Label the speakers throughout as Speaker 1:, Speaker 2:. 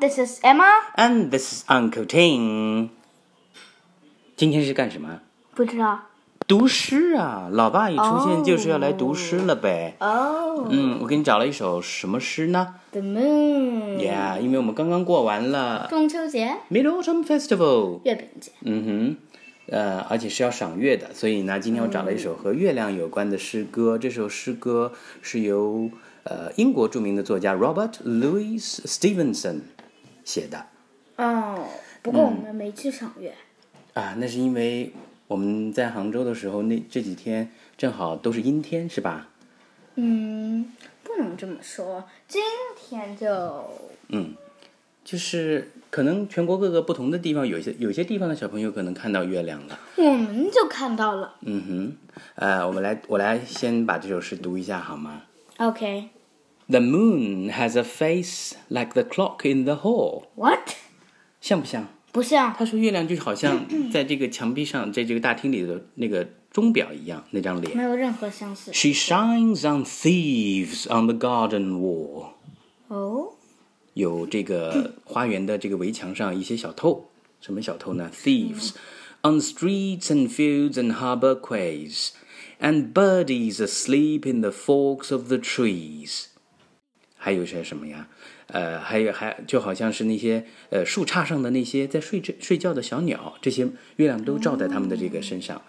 Speaker 1: this is Emma。
Speaker 2: And this is Uncle Ting。今天是干什么？
Speaker 1: 不知道。
Speaker 2: 读诗啊！老爸一出现就是要来读诗了呗。
Speaker 1: Oh,
Speaker 2: 嗯，我给你找了一首什么诗呢
Speaker 1: the moon。
Speaker 2: ？Yeah，因为我们刚刚过完了
Speaker 1: 中秋节、
Speaker 2: Mid Autumn Festival。
Speaker 1: 月饼节。
Speaker 2: 嗯哼，呃，而且是要赏月的，所以呢，今天我找了一首和月亮有关的诗歌。这首诗歌是由呃英国著名的作家 Robert Louis Stevenson 写的
Speaker 1: 哦，不过我们没去赏月。
Speaker 2: 啊，那是因为我们在杭州的时候，那这几天正好都是阴天，是吧？
Speaker 1: 嗯，不能这么说。今天就
Speaker 2: 就是可能全国各个不同的地方，有一些有些地方的小朋友可能看到月亮了。
Speaker 1: 我们就看到了。
Speaker 2: 嗯哼，呃，我们来我来先把这首诗读一下好吗？
Speaker 1: Okay.
Speaker 2: The moon has a face like the clock in the hall，
Speaker 1: What？
Speaker 2: 像不像？
Speaker 1: 不像。
Speaker 2: 他说月亮就好像在这个墙壁上，在这个大厅里的那个钟表一样，那张脸。
Speaker 1: 没有任何相似。
Speaker 2: She shines on thieves on the garden wall，
Speaker 1: 哦，
Speaker 2: 有这个花园的这个围墙上一些小偷，什么小偷呢？Thieves on streets and fields and harbor quays, and birdies asleep in the forks of the trees。还有些什么呀？呃，还有还就好像是那些呃树杈上的那些在睡着睡觉的小鸟，这些月亮都照在它们的这个身上。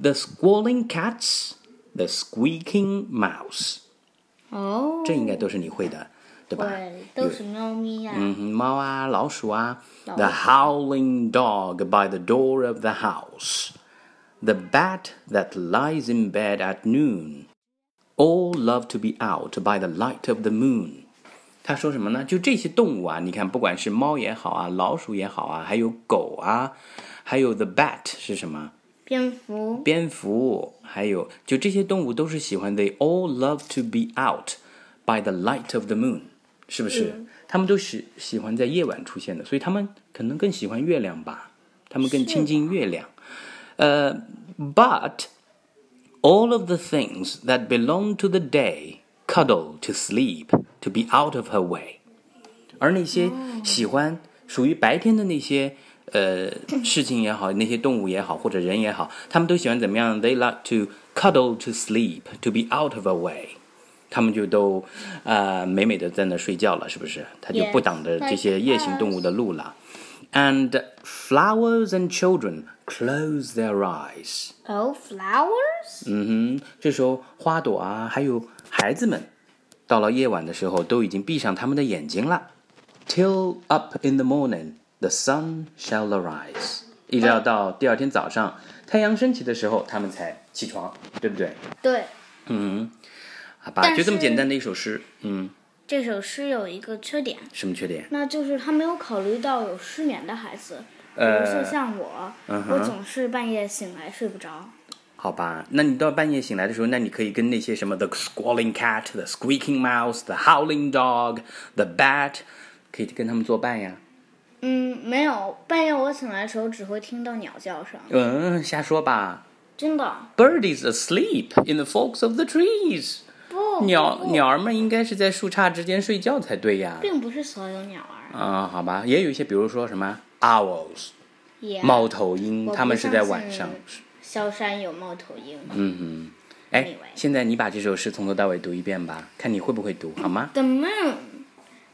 Speaker 2: The squalling cats, the squeaking mouse，
Speaker 1: 哦，
Speaker 2: 这应该都是你会的，对吧？
Speaker 1: 对，都是猫咪呀、
Speaker 2: 嗯哼，猫啊，老鼠啊。The howling dog by the door of the house, the bat that lies in bed at noon, all love to be out by the light of the moon。他说什么呢？就这些动物啊，你看，不管是猫也好啊，老鼠也好啊，还有狗啊，还有 the bat 是什么？
Speaker 1: 蝙蝠。
Speaker 2: 蝙蝠，还有就这些动物都是喜欢 they all love to be out by the light of the moon，是不是？它们都喜喜欢在夜晚出现的，所以它们可能更喜欢月亮吧，它们更亲近月亮。呃、b u t all of the things that belong to the day cuddle to sleep to be out of her way。而那些喜欢属于白天的那些呃事情也好，那 些动物也好，或者人也好，他们都喜欢怎么样？They like to cuddle to sleep to be out of a way。他们就都呃美美的在那睡觉了，是不是？他就
Speaker 1: Yes,
Speaker 2: 不挡着这些
Speaker 1: like
Speaker 2: 夜行动物的路了。And flowers and children close their eyes。
Speaker 1: 哦，flowers。
Speaker 2: 嗯哼，这时候花朵啊，还有孩子们，到了夜晚的时候，都已经闭上他们的眼睛了。Till up in the morning, the sun shall arise。一直要到第二天早上太阳升起的时候，他们才起床，对不对？
Speaker 1: 对，
Speaker 2: 嗯，好吧，
Speaker 1: 但
Speaker 2: 就这么
Speaker 1: 是
Speaker 2: 简单的一首诗。嗯，
Speaker 1: 这首诗有一个缺点，
Speaker 2: 什么缺点？
Speaker 1: 那就是他没有考虑到有失眠的孩子，比
Speaker 2: 呃嗯
Speaker 1: 如说像我，我总是半夜醒来睡不着。
Speaker 2: 好吧，那你到半夜醒来的时候，那你可以跟那些什么 the squalling cat, the squeaking mouse, the howling dog, the bat，可以跟他们作伴呀。
Speaker 1: 嗯，没有，半夜我醒来的时候只会听到鸟叫声，
Speaker 2: 嗯，瞎说吧。
Speaker 1: 真的
Speaker 2: Birdies asleep in the forks of the trees。
Speaker 1: 不，
Speaker 2: 鸟
Speaker 1: 不
Speaker 2: 鸟儿们应该是在树杈之间睡觉才对呀。
Speaker 1: 并不是所有鸟儿，
Speaker 2: 啊、好吧，也有一些，比如说什么 owls，
Speaker 1: 也
Speaker 2: 猫头鹰，
Speaker 1: 我不
Speaker 2: 它们是在晚上
Speaker 1: 相。信萧山有猫头鹰。
Speaker 2: 哎
Speaker 1: 以为，
Speaker 2: 现在你把这首诗从头到尾读一遍吧，看你会不会读，好吗？
Speaker 1: The moon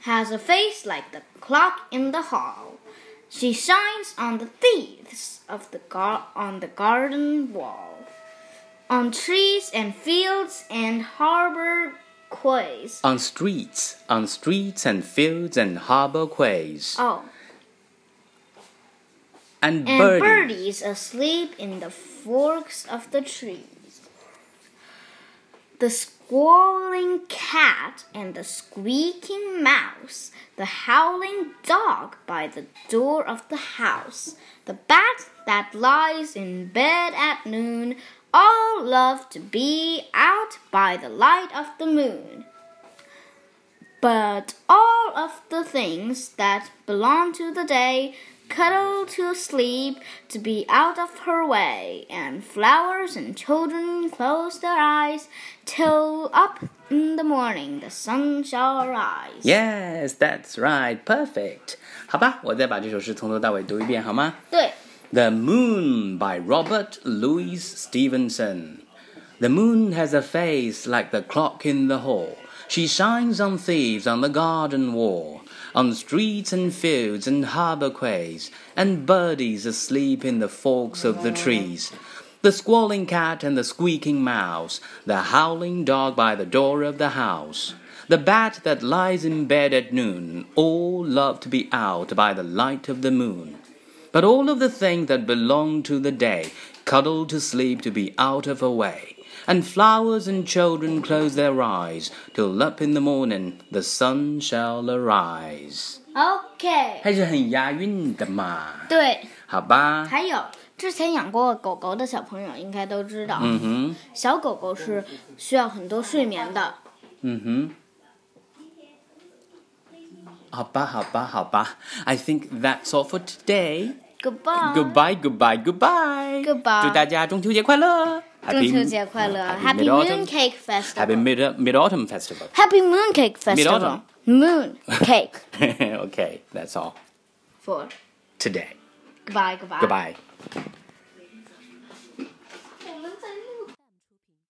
Speaker 1: has a face like the clock in the hall. She shines on the thieves of the gar- on the garden wall, on trees and fields and harbor quays.
Speaker 2: On streets, on streets and fields and harbor quays,
Speaker 1: Oh,
Speaker 2: and
Speaker 1: and
Speaker 2: birdies.
Speaker 1: birdies asleep in the forks of the trees. The squalling cat and the squeaking mouse, the howling dog by the door of the house, the bat that lies in bed at noon, all love to be out by the light of the moon. But all of the things that belong to the day cuddle to sleep to be out of her way, and flowers and children close their eyes till up in the morning the sun shall rise.
Speaker 2: Yes, that's right, perfect. 好吧，我再把这首诗从头到尾读一遍好吗？
Speaker 1: 对
Speaker 2: The Moon by Robert Louis Stevenson. The moon has a face like the clock in the hall. She shines on thieves on the garden wall, on streets and fields and harbor quays, and birdies asleep in the forks of the trees. The squalling cat and the squeaking mouse, the howling dog by the door of the house. The bat that lies in bed at noon, all love to be out by the light of the moon. But all of the things that belong to the day cuddle to sleep to be out of her way. And flowers and children close their eyes till up in the morning the sun shall arise。
Speaker 1: ，OK，
Speaker 2: 还是很押韵的嘛，
Speaker 1: 对，
Speaker 2: 好吧？
Speaker 1: 还有之前养过狗狗的小朋友应该都知道，
Speaker 2: 嗯哼，
Speaker 1: 小狗狗是需要很多睡眠的。
Speaker 2: 嗯哼，好吧，好吧，好吧。I think that's all for today.
Speaker 1: Goodbye.
Speaker 2: Goodbye, goodbye, goodbye.
Speaker 1: Goodbye
Speaker 2: 祝大家中秋节快乐！
Speaker 1: 中秋节快乐
Speaker 2: Happy
Speaker 1: ！Happy
Speaker 2: Mid-Autumn-
Speaker 1: Mooncake Festival.
Speaker 2: Happy Mid Mid Autumn Festival.
Speaker 1: Happy Mooncake Festival.
Speaker 2: Mid-autumn.
Speaker 1: Mooncake.
Speaker 2: okay, that's all
Speaker 1: For
Speaker 2: today.
Speaker 1: goodbye. Goodbye.
Speaker 2: Goodbye.